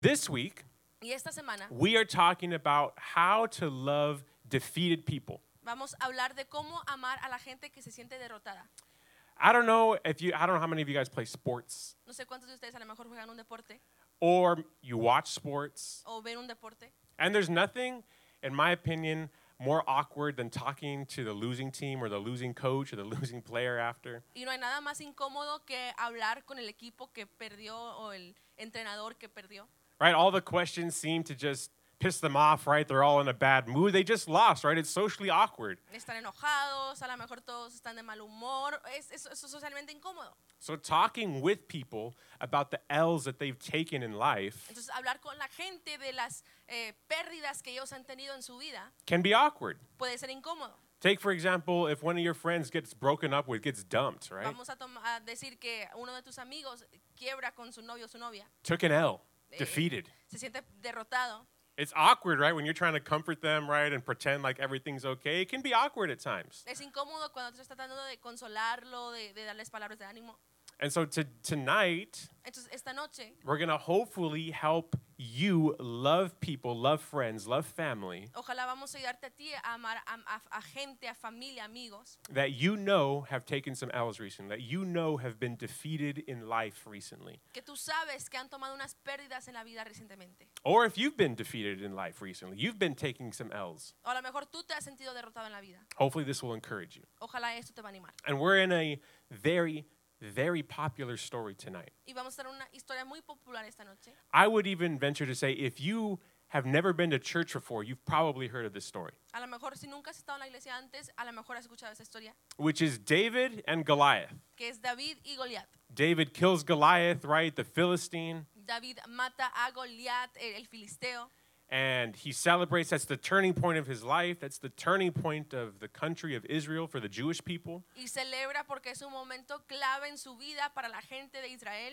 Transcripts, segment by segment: This week, Y esta semana we are talking about how to love defeated people. vamos a hablar de cómo amar a la gente que se siente derrotada. I don't know if you, I don't know how many of you guys play sports No sé cuántos de ustedes a lo mejor juegan un deporte or you watch sports. o ven un deporte. And there's nothing, in my opinion, more awkward than talking to the losing team or the losing coach or the losing player after. Y no hay nada más incómodo que hablar con el equipo que perdió o el entrenador que perdió. Right? All the questions seem to just piss them off, right? They're all in a bad mood. They just lost, right? It's socially awkward. Están enojados, a lo mejor todos están de mal humor. Es, es- es socialmente incómodo. So talking with people about the L's that they've taken in life Entonces, hablar con la gente de las eh, pérdidas que ellos han tenido en su vida can be awkward. puede ser incómodo. Take, for example, if one of your friends gets broken up with, gets dumped, right? Vamos a, toma- a decir que uno de tus amigos quiebra con su novio o su novia, Took an L, Eh. defeated. se siente derrotado. It's awkward, right? When you're trying to comfort them, right? And pretend like everything's okay. It can be awkward at times. Es incómodo cuando tú estás tratando de consolarlo, de, de darles palabras de ánimo. And so to, tonight, Entonces, esta noche we're going to hopefully help you love people, love friends, love family Ojalá vamos a ayudarte a ti a amar a, a- a gente, a familia, amigos, that you know have taken some L's recently, that you know have been defeated in life recently. que tú sabes que han tomado unas pérdidas en la vida recientemente. Or if you've been defeated in life recently, you've been taking some L's. O a lo mejor tú te has sentido derrotado en la vida. Hopefully, this will encourage you. Ojalá esto te va a animar. And we're in a very, very popular story tonight. Y vamos a estar una historia muy popular esta noche. I would even venture to say if you have never been to church before, you've probably heard of this story, A lo mejor si nunca has estado en la iglesia antes, a lo mejor has escuchado esta historia, which is David and Goliath. que es David y Goliat. David kills Goliath, right? The Philistine. David mata a Goliat, el, el filisteo, And he celebrates. That's the turning point of his life. That's the turning point of the country of Israel for the Jewish people. y celebra porque es un momento clave en su vida para la gente de Israel.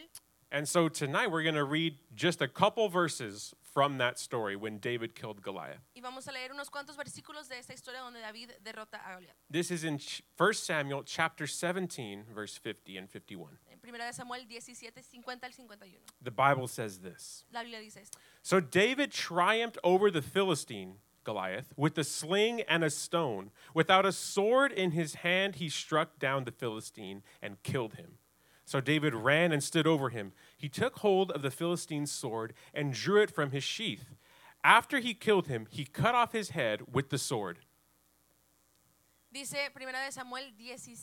And so tonight we're going to read just a couple verses from that story when David killed Goliath. Y vamos a leer unos cuantos versículos de esta historia donde David derrota a Goliat. This is in ch- 1 Samuel chapter 17, verse 50 and 51. En 1 Samuel 17, 50 al 51. The Bible says this. La Biblia dice esto. So David triumphed over the Philistine, Goliath, with a sling and a stone. Without a sword in his hand, he struck down the Philistine and killed him. So David ran and stood over him. He took hold of the Philistine's sword and drew it from his sheath. After he killed him, he cut off his head with the sword. Dice 1 Samuel 17,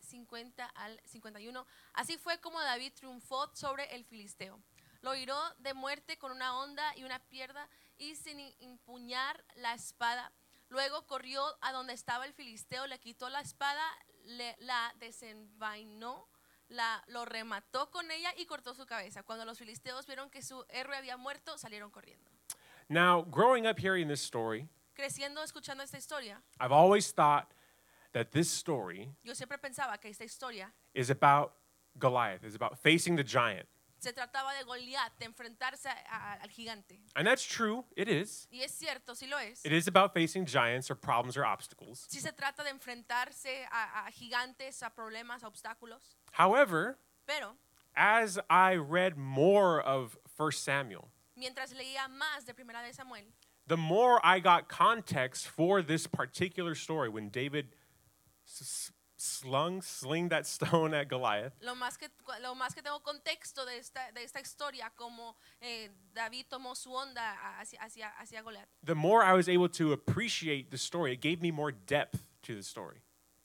50 al 51. Así fue como David triunfó sobre el filisteo. Lo hiró de muerte con una honda y una pierna y sin i- empuñar la espada. Luego corrió a donde estaba el filisteo, le quitó la espada, le- la desenvainó, la, lo remató con ella y cortó su cabeza. Cuando los filisteos vieron que su héroe había muerto, salieron corriendo. Now, growing up hearing this story, Creciendo escuchando esta historia, I've always thought that this story yo siempre pensaba que esta historia is about Goliath, is about facing the giant. se trataba de Goliat, de enfrentarse a- a- al gigante. And that's true, it is. Y es cierto, sí lo es. It is about facing giants or problems or obstacles. Sí se trata de enfrentarse a, a gigantes, a problemas, a obstáculos. However, Pero as I read more of 1 Samuel, mientras leía más de Primera de Samuel, the more I got context for this particular story when David s- s- slung sling that stone at Goliath. lo más que, lo más que tengo contexto de esta, de esta historia, como eh, David tomó su onda a- hacia, hacia, hacia Goliat, The more I was able to appreciate the story, it gave me more depth to the story.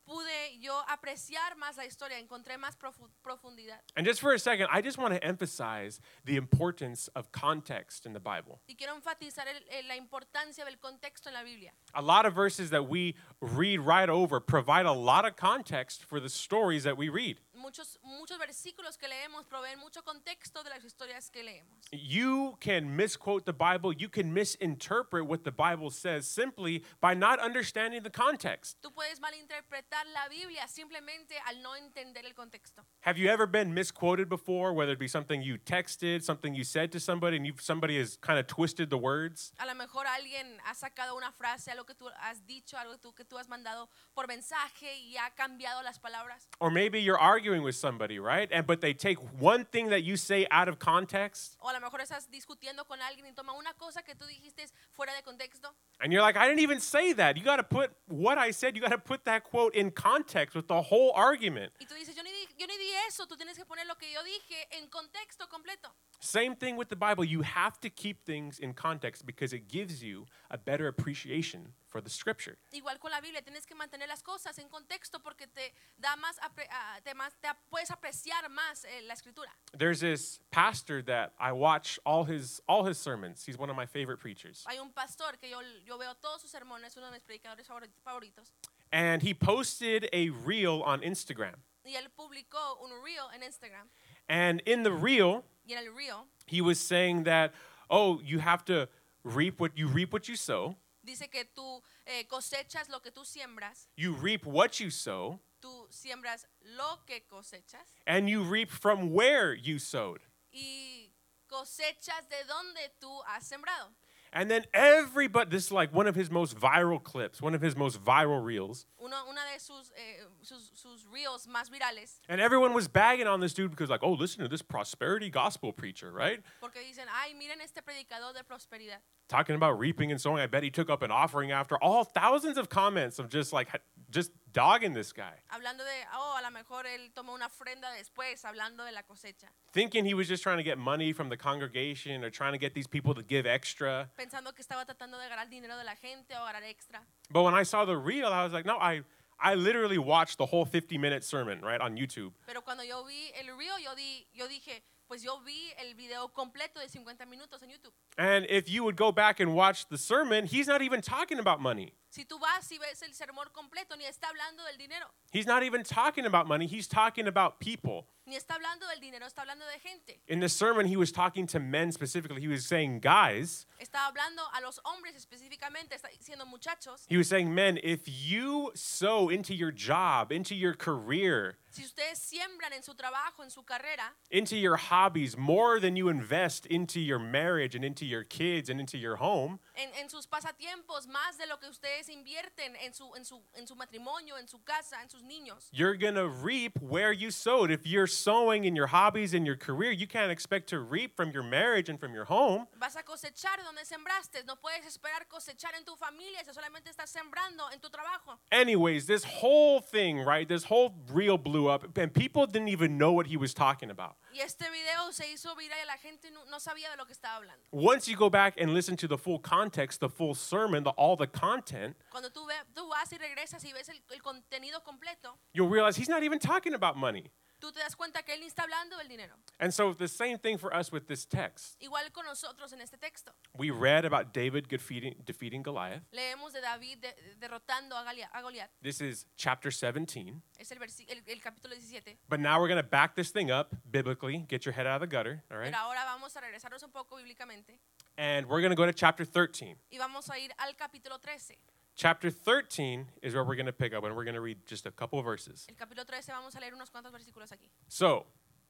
pude yo apreciar más la historia, encontré más profu- profundidad. And just for a second, I just want to emphasize the importance of context in the Bible. Y quiero enfatizar el- el- la importancia del contexto en la Biblia. A lot of verses that we read right over provide a lot of context for the stories that we read. muchos, muchos versículos que leemos proveen mucho contexto de las historias que leemos. You can misquote the Bible, you can misinterpret what the Bible says simply by not understanding the context. Tú puedes malinterpretar la Biblia simplemente al no entender el contexto. Have you ever been misquoted before, whether it be something you texted, something you said to somebody, and you somebody has kind of twisted the words? A lo mejor alguien ha sacado una frase, algo que tú has dicho, algo que tú, que tú has mandado por mensaje y ha cambiado las palabras. Or maybe you're arguing with somebody, right? And but they take one thing that you say out of context, O a lo mejor estás discutiendo con alguien y toma una cosa que tú dijiste fuera de contexto. and you're like, I didn't even say that. You got to put what I said, you got to put that quote in context with the whole argument. Y tú dices, yo ni, di- yo ni di eso, tú tienes que poner lo que yo dije en contexto completo. Same thing with the Bible. You have to keep things in context because it gives you a better appreciation for the scripture. Igual con la Biblia, tienes que mantener las cosas en contexto porque te da más, apre- ah, te, más- te ap- puedes apreciar más eh, la escritura. There's this pastor that I watch all his all his sermons. He's one of my favorite preachers. Hay un pastor que yo, yo veo todos sus sermones, uno de mis predicadores favori- favoritos, And he posted a reel on Instagram. y él publicó un reel en Instagram. And in the reel, Y en el reel he was saying that, "Oh, you have to reap what you reap what you sow. dice que tú eh, cosechas lo que tú siembras, You reap what you sow, tú siembras lo que cosechas and you reap from where you sowed." y cosechas de donde tú has sembrado. And then everybody, this is like one of his most viral clips, one of his most viral reels. Uno, una de sus, eh, sus, sus reels más virales, And everyone was bagging on this dude because, like, oh, listen to this prosperity gospel preacher, right? porque dicen, ay, miren este predicador de prosperidad. Talking about reaping and sowing. I bet he took up an offering after all thousands of comments of just like, ha- just dogging this guy, Hablando de, oh, a lo mejor él tomó una ofrenda después, hablando de la cosecha. thinking he was just trying to get money from the congregation or trying to get these people to give extra. Pensando que estaba tratando de ganar dinero de la gente o ganar extra. But when I saw the reel, I was like, no, I, I literally watched the whole 50 minute sermon, right, on YouTube. Pero cuando yo vi el reel, yo, di, yo dije, pues yo vi el video completo de 50 minutos en YouTube. And if you would go back and watch the sermon, he's not even talking about money. Si tú vas y ves el sermón completo, ni está hablando del dinero, He's not even talking about money. He's talking about people. ni está hablando del dinero, está hablando de gente. In the sermon, he was talking to men specifically. He was saying, guys, Está hablando a los hombres específicamente, está diciendo muchachos. he was saying, men, if you sow into your job, into your career, Si ustedes siembran en su trabajo, en su carrera, into your hobbies more than you invest into your marriage and into your kids and into your home, en, en sus pasatiempos, más de lo que ustedes invierten en su, en, su, en su matrimonio, en su casa, en sus niños, you're going to reap where you sowed. If you're sowing in your hobbies and your career, you can't expect to reap from your marriage and from your home. vas a cosechar donde sembraste. No puedes esperar cosechar en tu familia si solamente estás sembrando en tu trabajo. Anyways, this whole thing, right? This whole reel blew up, and people didn't even know what he was talking about. Y este video se hizo viral y la gente no, no sabía de lo que estaba hablando. Once you go back and listen to the full context, the full sermon, the, all the content, Cuando tú, ve, tú vas y regresas y ves el, el contenido completo, you'll realize he's not even talking about money. tú te das cuenta que él ni está hablando del dinero. And so, the same thing for us with this text. Igual con nosotros en este texto. We read about David defeating, defeating Goliath. Leemos de David de- derrotando a, Galia- a Goliat. This is chapter 17. Es el, versi- el, el capítulo 17. But now we're going to back this thing up biblically, get your head out of the gutter, all right? Pero ahora vamos a regresarnos un poco bíblicamente And we're going to go to chapter 13. y vamos a ir al capítulo 13. Chapter 13 is where we're going to pick up, and we're going to read just a couple of verses. El capítulo 13 vamos a leer unos cuantos versículos aquí. So,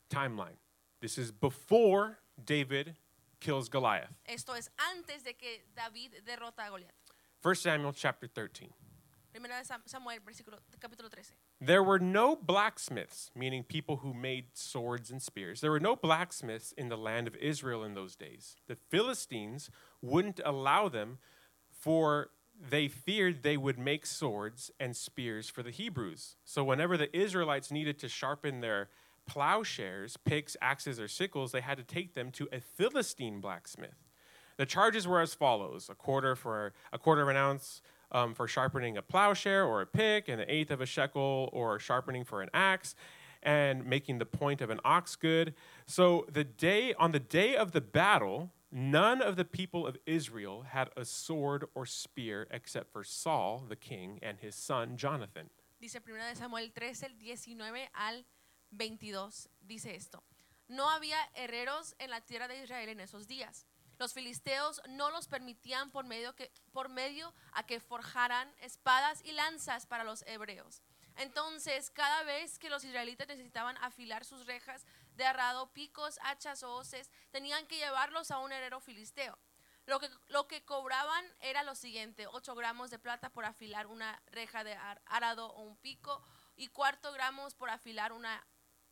timeline. This is before David kills Goliath. Esto es antes de que David derrota a Goliat. 1 Samuel chapter 13. Primera de Sam- Samuel, versículo, capítulo 13. There were no blacksmiths, meaning people who made swords and spears. There were no blacksmiths in the land of Israel in those days. The Philistines wouldn't allow them, for they feared they would make swords and spears for the Hebrews. So, whenever the Israelites needed to sharpen their plowshares, picks, axes, or sickles, they had to take them to a Philistine blacksmith. The charges were as follows: a quarter for a quarter of an ounce um, for sharpening a plowshare or a pick, and an eighth of a shekel or sharpening for an axe, and making the point of an ox good. So the day on the day of the battle, none of the people of Israel had a sword or spear except for Saul the king and his son Jonathan. Dice primera de Samuel 13, el 19 al 22. Dice esto. No había herreros en la tierra de Israel en esos días. Los filisteos no los permitían por medio, que, por medio a que forjaran espadas y lanzas para los hebreos. Entonces, cada vez que los israelitas necesitaban afilar sus rejas de arrado, picos, hachas o hoces, tenían que llevarlos a un herrero filisteo. Lo que, lo que cobraban era lo siguiente, 8 gramos de plata por afilar una reja de ar- arado o un pico y cuarto gramos por afilar una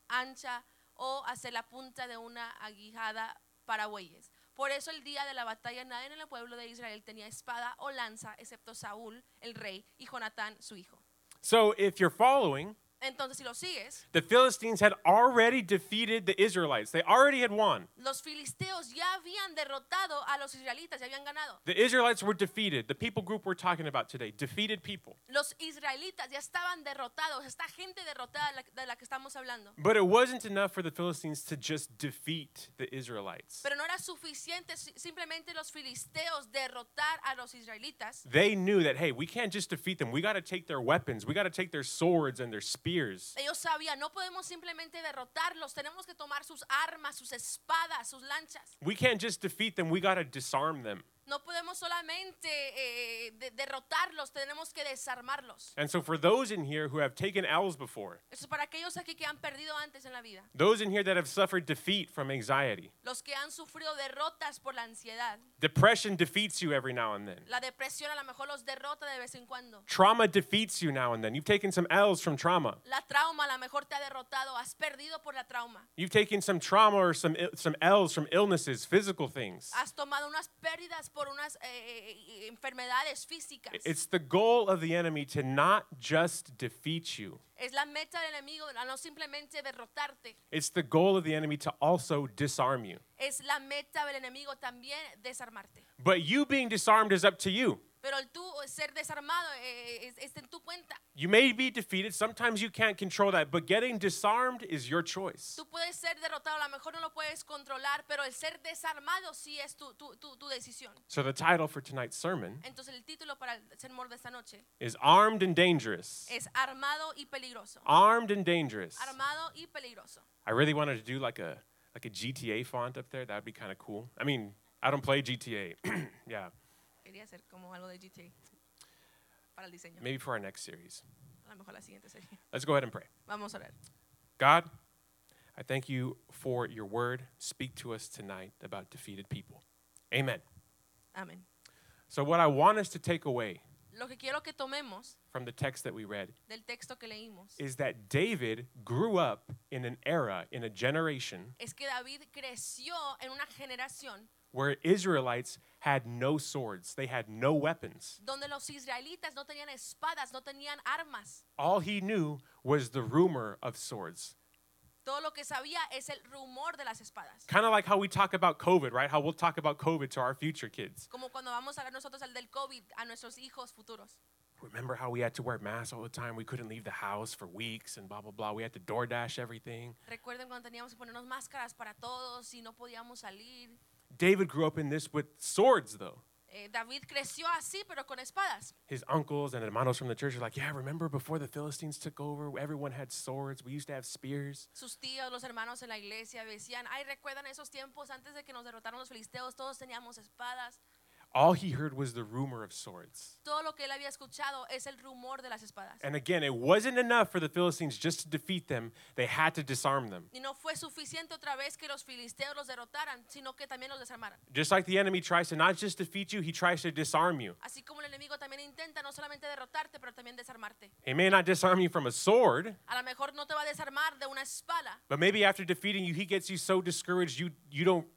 ancha o hacer la punta de una aguijada para bueyes. Por eso el día de la batalla nadie en el pueblo de Israel tenía espada o lanza, excepto Saúl, el rey, y Jonatán, su hijo. So if you're following, Entonces, si lo sigues, the Philistines had already defeated the Israelites. They already had won. los filisteos ya habían derrotado a los israelitas, ya habían ganado. The Israelites were defeated. The people group we're talking about today, defeated people. Los israelitas ya estaban derrotados, esta gente derrotada de la- de la que estamos hablando. But it wasn't enough for the Philistines to just defeat the Israelites. Pero no era suficiente si- simplemente los filisteos derrotar a los israelitas. They knew that, hey, we can't just defeat them. We got to take their weapons. We got to take their swords and their spears. Ellos sabían, no podemos simplemente derrotarlos, tenemos que tomar sus armas, sus espadas, sus lanchas. We can't just defeat them. We got to disarm them. No podemos solamente eh, de- derrotarlos, tenemos que desarmarlos. And so, for those in here who have taken L's before, Eso es para aquellos aquí que han perdido antes en la vida, those in here that have suffered defeat from anxiety, los que han sufrido derrotas por la ansiedad. depression defeats you every now and then. La depresión a lo mejor los derrota de vez en cuando. Trauma defeats you now and then. You've taken some L's from trauma. La trauma a lo mejor te ha derrotado, has perdido por la trauma. You've taken some trauma or some ill- some L's from illnesses, physical things. Has tomado unas pérdidas por unas eh, eh, eh, enfermedades físicas. It's the goal of the enemy to not just defeat you. es la meta del enemigo, a no simplemente derrotarte. It's the goal of the enemy to also disarm you. es la meta del enemigo también desarmarte. But you being disarmed is up to you. Pero el tú ser desarmado eh, es, es en tu cuenta. You may be defeated. Sometimes you can't control that, but getting disarmed is your choice. Tú puedes ser derrotado, a lo mejor no lo puedes controlar, pero el ser desarmado sí es tu, tu, tu, tu decisión. So the title for tonight's sermon Entonces el título para el sermón de esta noche is Armed and Dangerous. es Armado y Peligroso. Armed and Dangerous. Armado y Peligroso. I really wanted to do like a like a GTA font up there. That'd be kind of cool. I mean, I don't play GTA. yeah, Quería hacer como algo de GTA para el diseño. maybe for our next series. A lo mejor la siguiente serie. Let's go ahead and pray. Vamos a orar. God, I thank you for your word. Speak to us tonight about defeated people. Amen. Amén. So what I want us to take away Lo que quiero que tomemos from the text that we read del texto que leímos is that David grew up in an era, in a generation es que David creció en una generación where Israelites had no swords, they had no weapons. donde los israelitas no tenían espadas, no tenían armas. All he knew was the rumor of swords. Todo lo que sabía es el rumor de las espadas. Kind of like how we talk about COVID, right? How we'll talk about COVID to our future kids. Como cuando vamos a hablar nosotros al del COVID a nuestros hijos futuros. Remember how we had to wear masks all the time? We couldn't leave the house for weeks and blah, blah, blah. We had to DoorDash everything. Recuerden cuando teníamos que ponernos máscaras para todos y no podíamos salir. David grew up in this with swords, though. Eh, David creció así, pero con espadas. His uncles and hermanos from the church are like, yeah, remember before the Philistines took over, everyone had swords. We used to have spears. Sus tíos, los hermanos en la iglesia decían, ay, recuerdan esos tiempos antes de que nos derrotaron los filisteos, todos teníamos espadas. All he heard was the rumor of swords. Todo lo que él había escuchado es el rumor de las espadas. And again, it wasn't enough for the Philistines just to defeat them, they had to disarm them. Y no fue suficiente otra vez que los filisteos los derrotaran, sino que también los desarmaran. Just like the enemy tries to not just defeat you, he tries to disarm you. Así como el enemigo también intenta no solamente derrotarte, pero también desarmarte. He may not disarm you from a sword, A lo mejor no te va a desarmar de una espada, but maybe after defeating you, he gets you so discouraged you, you don't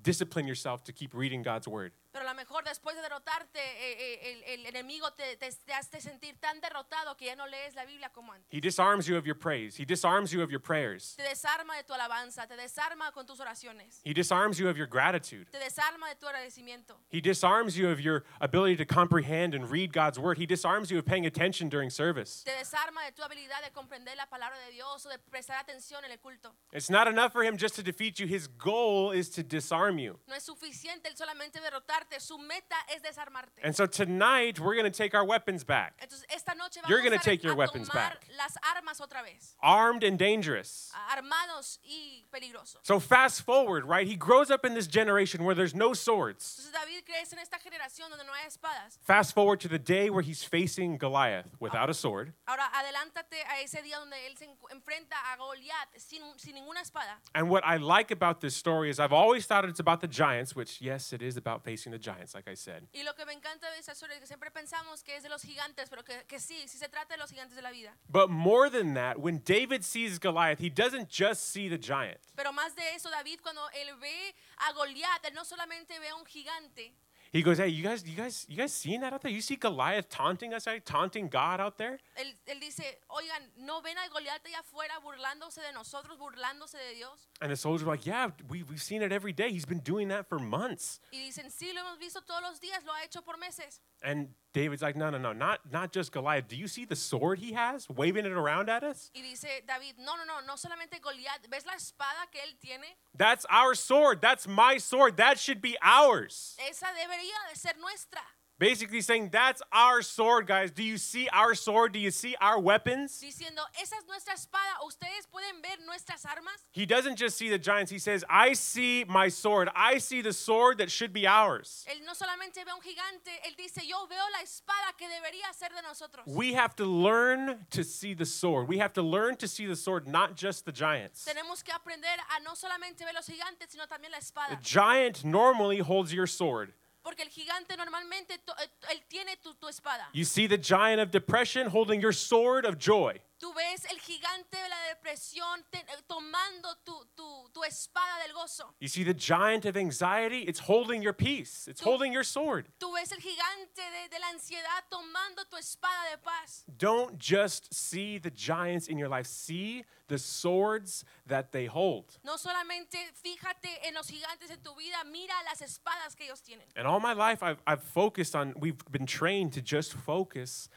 discipline yourself to keep reading God's word. pero a lo mejor después de derrotarte, eh, eh, el, el enemigo te, te- te hace sentir tan derrotado que ya no lees la Biblia como antes. He disarms you of your praise, he disarms you of your prayers, Te desarma de tu alabanza, te desarma con tus oraciones, he disarms you of your gratitude. te desarma de tu agradecimiento, He disarms you of your ability to comprehend and read God's word. He disarms you of paying attention during service. te desarma de tu habilidad de comprender la palabra de Dios o de prestar atención en el culto. It's not enough for him just to defeat you. His goal is to disarm you. No es suficiente el solamente derrotarte, su meta respuesta es desarmarte. And so tonight, we're going to take our weapons back, Entonces esta noche You're vamos gonna a, take your a weapons tomar back. las armas otra vez, armed and dangerous. a- armados y peligrosos. So fast forward, right? He grows up in this generation where there's no swords. Entonces David crece en esta generación donde no hay espadas. Fast forward to the day where he's facing Goliath without a sword. Ahora adelántate a ese día donde él se encu- enfrenta a Goliat sin, un- sin ninguna espada. And what I like about this story is I've always thought it's about the giants, which, yes, it is about facing the giants, like I said. Y lo que me encanta de esa historia es que siempre pensamos que es de los gigantes, pero que, que sí, sí se trata de los gigantes de la vida. But more than that, when David sees Goliath, he doesn't just see the giant, Pero más de eso, David, cuando él ve a Goliat, él no solamente ve a un gigante, he goes, Hey, you guys, you guys, you guys seeing that out there? You see Goliath taunting us, out- taunting God out there? él, él dice, oigan, ¿no ven a Goliat allá afuera burlándose de nosotros, burlándose de Dios? And the soldiers are like, Yeah, we, we've seen it every day. He's been doing that for months. Y dicen, sí, lo hemos visto todos los días, lo ha hecho por meses. And David's like, no, no, no, not not just Goliath. Do you see the sword he has, waving it around at us? Y dice David, no, no, no, no solamente Goliat, ¿ves la espada que él tiene? That's our sword. That's my sword. That should be ours. Esa debería de ser nuestra. Basically saying, that's our sword, guys. Do you see our sword? Do you see our weapons? Diciendo, esa es nuestra espada, ustedes pueden ver nuestras armas. He doesn't just see the giants. He says, I see my sword. I see the sword that should be ours. Él no solamente ve a un gigante, él dice, yo veo la espada que debería ser de nosotros. We have to learn to see the sword. We have to learn to see the sword, not just the giants. Tenemos que aprender a no solamente ver los gigantes, sino también la The espada. giant normally holds your sword. Porque el gigante normalmente, to- eh, él tiene tu, tu espada. You see the giant of depression holding your sword of joy. Tú ves el gigante de la depresión te- eh, tomando tu, tu, tu espada del gozo. You see the giant of anxiety, it's holding your peace, it's Tú- holding your sword. Tú ves el gigante de, de la ansiedad tomando tu espada de paz. Don't just see the giants in your life, see the swords that they hold. No solamente fíjate en los gigantes de tu vida, mira las espadas que ellos tienen. And all my life, I've, I've focused on, we've been trained to just focus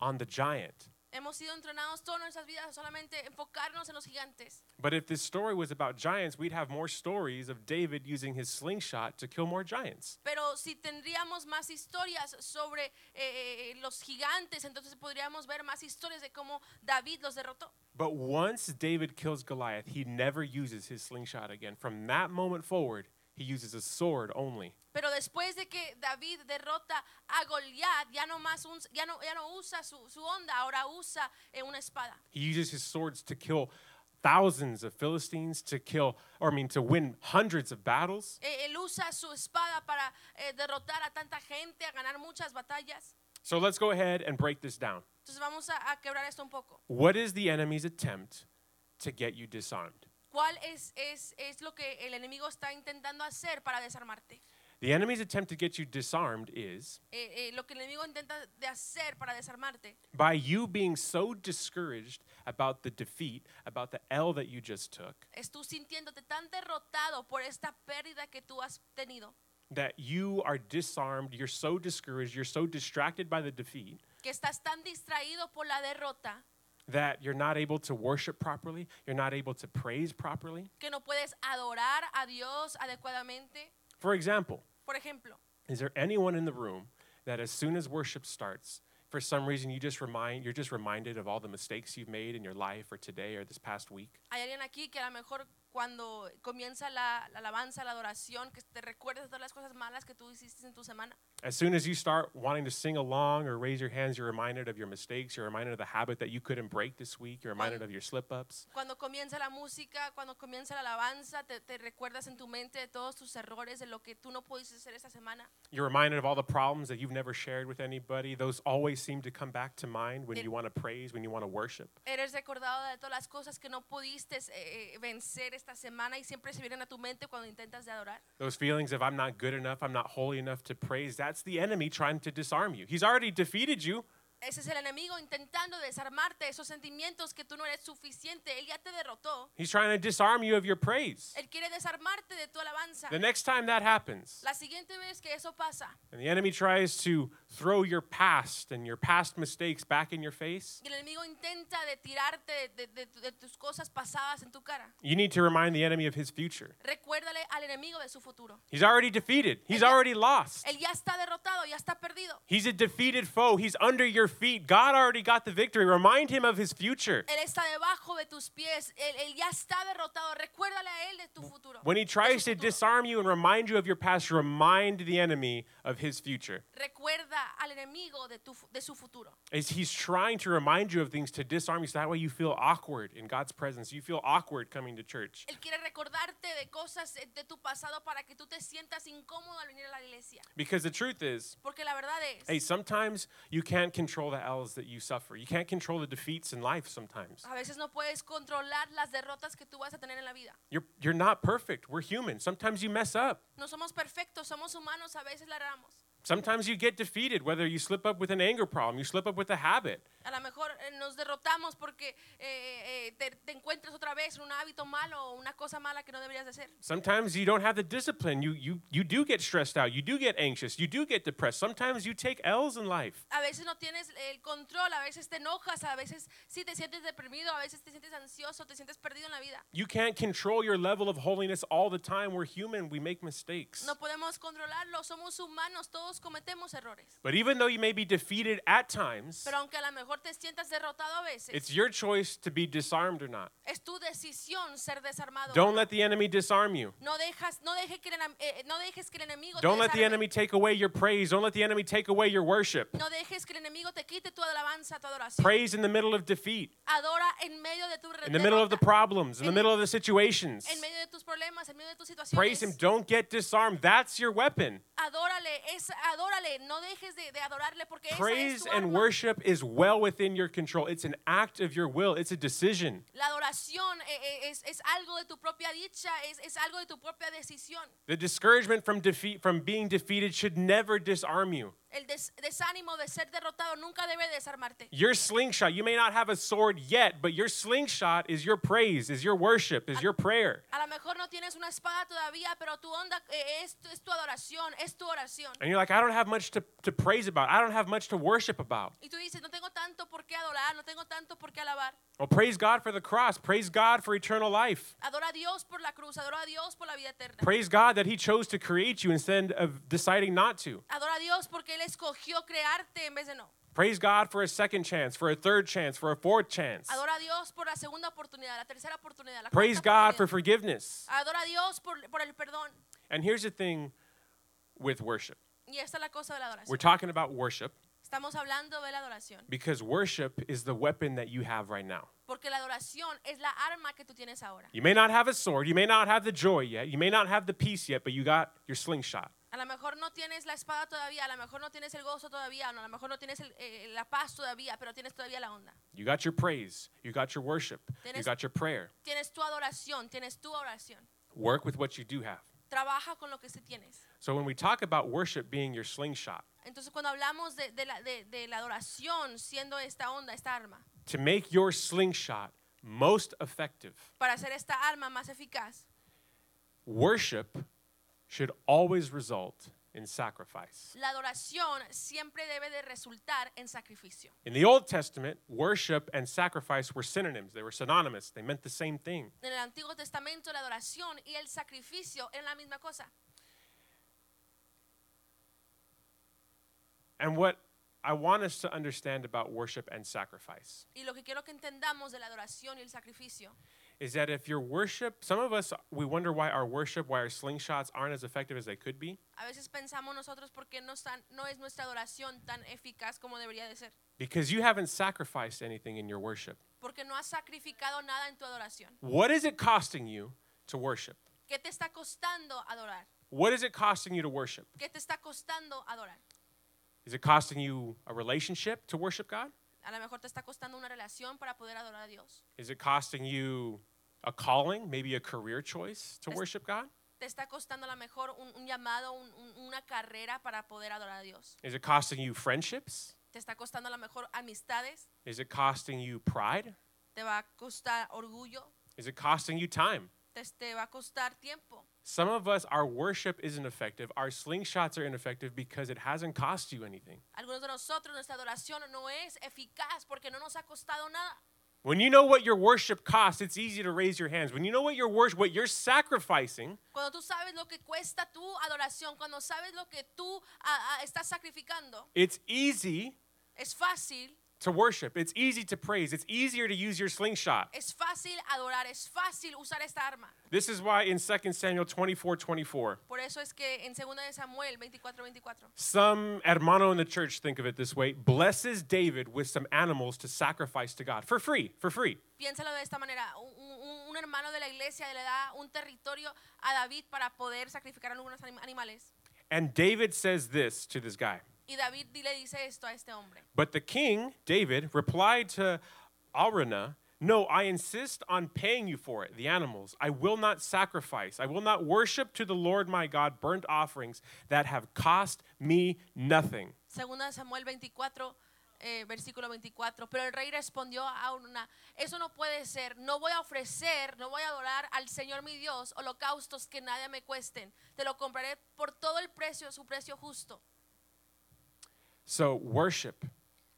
on the giant. Hemos sido entrenados todas nuestras vidas a solamente enfocarnos en los gigantes. But if this story was about giants, we'd have more stories of David using his slingshot to kill more giants. Pero si tendríamos más historias sobre eh, eh, los gigantes, entonces podríamos ver más historias de cómo David los derrotó. But once David kills Goliath, he never uses his slingshot again. From that moment forward, he uses a sword only. Pero después de que David derrota a Goliat, ya no más un- ya no ya no usa su, su onda, ahora usa eh, una espada. He uses his swords to kill thousands of Philistines, to kill, or I mean, to win hundreds of battles. Eh, él usa su espada para eh, derrotar a tanta gente, a ganar muchas batallas. So let's go ahead and break this down. Entonces vamos a, a quebrar esto un poco. What is the enemy's attempt to get you disarmed? ¿Cuál es, es, es lo que el enemigo está intentando hacer para desarmarte? The enemy's attempt to get you disarmed is Eh, eh, lo que el enemigo intenta de hacer para desarmarte by you being so discouraged about the defeat, about the L that you just took, es tú sintiéndote tan derrotado por esta pérdida que tú has tenido, that you are disarmed, you're so discouraged, you're so distracted by the defeat que estás tan distraído por la derrota, that you're not able to worship properly, you're not able to praise properly. que no puedes adorar a Dios adecuadamente. For example, Por ejemplo, Is there anyone in the room that as soon as worship starts, for some reason you just remind you're just reminded of all the mistakes you've made in your life or today or this past week? hay alguien aquí que a lo mejor cuando comienza la, la alabanza, la adoración, que te recuerdas todas las cosas malas que tú hiciste en tu semana. As soon as you start wanting to sing along or raise your hands, you're reminded of your mistakes, you're reminded of the habit that you couldn't break this week, you're reminded of your slip-ups. Cuando comienza la música, cuando comienza la alabanza, te, te recuerdas en tu mente de todos tus errores, de lo que tú no pudiste hacer esta semana. You're reminded of all the problems that you've never shared with anybody. Those always seem to come back to mind when It- you want to praise, when you want to worship. Eres recordado de todas las cosas que no pudiste eh, eh, vencer esta semana y siempre se vienen a tu mente cuando intentas de adorar. Those feelings of I'm not good enough, I'm not holy enough to praise, that's the enemy trying to disarm you. He's already defeated you. Ese es el enemigo intentando desarmarte esos sentimientos que tú no eres suficiente. Él ya te derrotó. He's trying to disarm you of your praise. Él quiere desarmarte de tu alabanza. The next time that happens, La siguiente vez que eso pasa and the enemy tries to throw your past and your past mistakes back in your face, Y el enemigo intenta de tirarte de, de- de- de tus cosas pasadas en tu cara. you need to remind the enemy of his future. Recuérdale al enemigo de su futuro. He's already defeated, he's Él ya- already lost. Él ya está derrotado, ya está perdido. He's a defeated foe. He's under your feet. God already got the victory. Remind him of his future. Él está debajo de tus pies. Él, él ya está derrotado. Recuérdale a él de tu futuro. When he de su tries to futuro. disarm you and remind you of your past, remind the enemy of his future. Recuerda al enemigo de, tu, fu- de su futuro. As he's trying to remind you of things to disarm you so that way you feel awkward in God's presence. You feel awkward coming to church. Él quiere recordarte de cosas eh, de tu pasado para que tú te sientas incómodo al venir a la iglesia. Because the truth is, Porque la verdad es, hey, sometimes you can't control the L's that you suffer. You can't control the defeats in life sometimes. a veces no puedes controlar las derrotas que tú vas a tener en la vida. You're, you're not perfect. We're human. Sometimes you mess up. No somos perfectos, somos humanos, a veces la erramos. Sometimes you get defeated, whether you slip up with an anger problem, you slip up with a habit. A lo mejor eh, nos derrotamos porque eh, eh, te, te encuentras otra vez en un hábito malo o una cosa mala que no deberías de hacer. Sometimes you don't have the discipline. You, you, you do get stressed out. You do get anxious. You do get depressed. Sometimes you take L's in life. A veces no tienes el control, a veces te enojas, a veces sí te sientes deprimido, a veces te sientes ansioso, te sientes perdido en la vida. You can't control your level of holiness all the time. We're human. We make mistakes. No podemos controlarlo, somos humanos, todos cometemos errores. But even though you may be defeated at times, Pero aunque a lo mejor te sientas derrotado a veces, it's your choice to be disarmed or not. es tu decisión ser desarmado. Don't let the enemy disarm you. No dejas, no deje que el enem- eh, no dejes que el enemigo te Don't let the desarme. enemy take away your praise. Don't let the enemy take away your worship. No dejes que el enemigo te quite tu alabanza, tu adoración. Praise in the middle of defeat, Adora en medio de tu re- in the middle of the derrota, problems, in the En- middle of the situations. en medio de tus problemas, en medio de tus situaciones. Praise him. Don't get disarmed. That's your weapon. Adórale, es, adórale, no dejes de, de adorarle porque esa es Praise tu and arma. worship is well within your control. It's an act of your will, it's a decision. La adoración eh, eh, es, es algo de tu propia dicha, es, es algo de tu propia decisión. The discouragement from defeat from being defeated should never disarm you. El des- desánimo de ser derrotado nunca debe desarmarte. Your slingshot, you may not have a sword yet, but your slingshot is your praise, is your worship, is your prayer. A lo mejor no tienes una espada todavía, pero tu onda eh, es, tu- es tu adoración, es tu oración. And you're like, I don't have much to, to praise about. I don't have much to worship about. Y tú dices, no tengo tanto por qué adorar, no tengo tanto por qué alabar. Well, Oh, praise God for the cross. Praise God for eternal life. Adora a Dios por la cruz, adora a Dios por la vida eterna. Praise God that He chose to create you instead of deciding not to. Adora a Dios porque Él escogió crearte en vez de no. Praise God for a second chance, for a third chance, for a fourth chance. Adora a Dios por la segunda oportunidad, la tercera oportunidad. La Praise cuarta God for oportunidad. forgiveness. Adora a Dios por, por el perdón. And here's the thing with worship Y esta es la cosa de la we're adoración. talking about worship Estamos hablando de la adoración. because worship is the weapon that you have right now. Porque la adoración es la arma que tú tienes ahora. You may not have a sword, you may not have the joy yet, you may not have the peace yet, but you got your slingshot. A lo mejor no tienes la espada todavía, a lo mejor no tienes el gozo todavía, no, a lo mejor no tienes el, eh, la paz todavía, pero tienes todavía la onda. You got your praise, you got your worship, you Tienes- got your prayer. Tienes tu adoración, tienes tu oración. Work with what you do have. Trabaja con lo que sí tienes. So when we talk about worship being your slingshot, Entonces cuando hablamos de, de la, de- de la adoración siendo esta onda, esta arma, to make your slingshot most effective, para hacer esta arma más eficaz, Worship should always result in sacrifice. la adoración siempre debe de resultar en sacrificio. In the Old Testament, worship and sacrifice were synonyms, they were synonymous, they meant the same thing. En el Antiguo Testamento la adoración y el sacrificio eran la misma cosa. And what I want us to understand about worship and sacrifice Y lo que quiero que entendamos de la adoración y el sacrificio is that if your worship, some of us, we wonder why our worship, why our slingshots aren't as effective as they could be, A veces pensamos nosotros porque no, están- no es nuestra adoración tan eficaz como debería de ser, because you haven't sacrificed anything in your worship. porque no has sacrificado nada en tu adoración. What is it costing you to worship? ¿Qué te está costando adorar? What is it costing you to worship? ¿Qué te está costando adorar? Is it costing you a relationship to worship God? A lo mejor te está costando una relación para poder adorar a Dios. Is it costing you a calling, maybe a career choice to Es- worship God? Te está costando a lo mejor un, un llamado, un- un- una carrera para poder adorar a Dios. Is it costing you friendships? Te está costando a lo mejor amistades. Is it costing you pride? Te va a costar orgullo. Is it costing you time? Te, te va a costar tiempo. Some of us, our worship isn't effective. Our slingshots are ineffective because it hasn't cost you anything. Algunos de nosotros, nuestra adoración no es eficaz porque no nos ha costado nada. When you know what your worship costs, it's easy to raise your hands. When you know what your worship, what you're sacrificing, Cuando tú sabes lo que cuesta tu adoración, cuando sabes lo que tú ah, ah, estás sacrificando, it's easy es fácil, to worship. It's easy to praise. It's easier to use your slingshot. es fácil adorar, es fácil usar esta arma. This is why in 2 Samuel 24, 24, Por eso es que en 2 de Samuel 24, 24, some hermano in the church think of it this way, blesses David with some animals to sacrifice to God for free, for free. piénsalo de esta manera, un, un- un hermano de la iglesia le da un territorio a David para poder sacrificar algunos anim- animales. And David says this to this guy. Y David di- le dice esto a este hombre. But the king, David, replied to Araunah, No, I insist on paying you for it, the animals. I will not sacrifice. I will not worship to the Lord my God burnt offerings that have cost me nothing. Segunda de Samuel 24, eh, versículo 24. Pero el rey respondió a una, eso no puede ser, no voy a ofrecer, no voy a adorar al Señor mi Dios holocaustos que nada me cuesten. Te lo compraré por todo el precio, su precio justo. So, worship,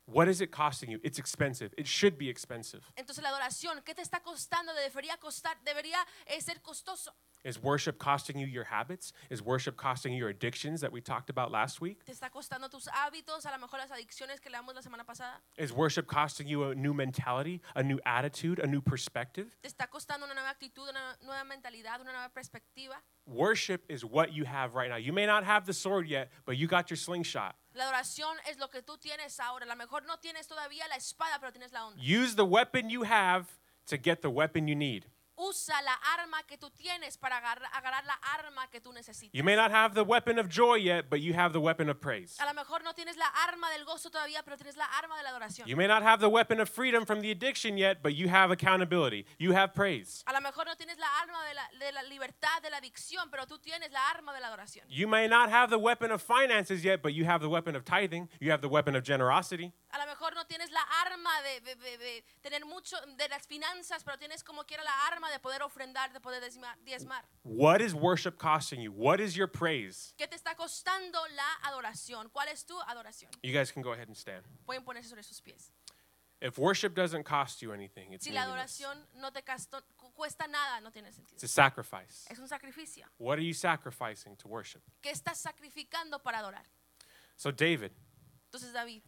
what is it costing you? It's expensive. It should be expensive. Entonces la adoración, ¿qué te está costando? Debería costar, debería eh, ser costoso. Is worship costing you your habits? Is worship costing you your addictions that we talked about last week? Te está costando tus hábitos, a lo mejor las adicciones que le damos la semana pasada. Is worship costing you a new mentality, a new attitude, a new perspective? Te está costando una nueva actitud, una nueva mentalidad, una nueva perspectiva. Worship is what you have right now. You may not have the sword yet, but you got your slingshot. La adoración es lo que tú tienes ahora. A lo mejor no tienes todavía la espada, pero tienes la onda. Use the weapon you have to get the weapon you need. Usa la arma que tú tienes para agarra- agarrar, la arma que tú necesitas. You may not have the weapon of joy yet, but you have the weapon of praise. A lo mejor no tienes la arma del gozo todavía, pero tienes la arma de la adoración. You may not have the weapon of freedom from the addiction yet, but you have accountability. You have praise. A lo mejor no tienes la arma de la, de la libertad, de la adicción, pero tú tienes la arma de la adoración. You may not have the weapon of finances yet, but you have the weapon of tithing. You have the weapon of generosity. A lo mejor no tienes la arma de, de- de- de tener mucho de las finanzas, pero tienes como quiera la arma de poder ofrendar, de poder diezma- diezmar. What is worship costing you? What is your praise? ¿Qué te está costando la adoración? ¿Cuál es tu adoración? You guys can go ahead and stand. Pueden ponerse sobre sus pies. If worship doesn't cost you anything, it's, Si la meaningless. adoración no te casto- cu- cuesta nada, no tiene sentido. it's a sacrifice. Es un sacrificio. What are you sacrificing to worship? ¿Qué estás sacrificando para adorar? So David, Entonces David,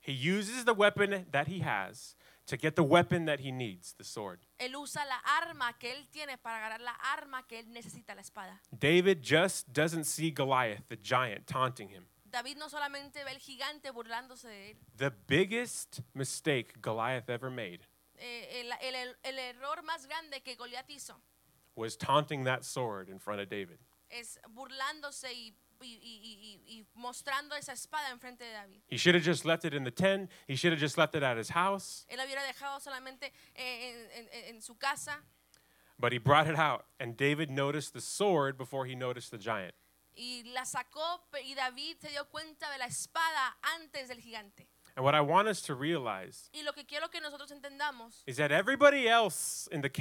he uses the weapon that he has to get the weapon that he needs, the sword. él usa la arma que él tiene para agarrar la arma que él necesita, la espada. David just doesn't see Goliath, the giant, taunting him. David no solamente ve al gigante burlándose de él. The biggest mistake Goliath ever made Eh, el, el- el- el error más grande que Goliat hizo was taunting that sword in front of David. es burlándose y, y- y- y- y mostrando esa espada enfrente de David. He should have just left it in the tent. He should have just left it at his house, Él la hubiera dejado solamente eh, en- en- en su casa but he brought it out. And David noticed the sword before he noticed the giant. y la sacó pe- y David se dio cuenta de la espada antes del gigante. And what I want us to realize Y lo que quiero que nosotros entendamos is that everybody else in the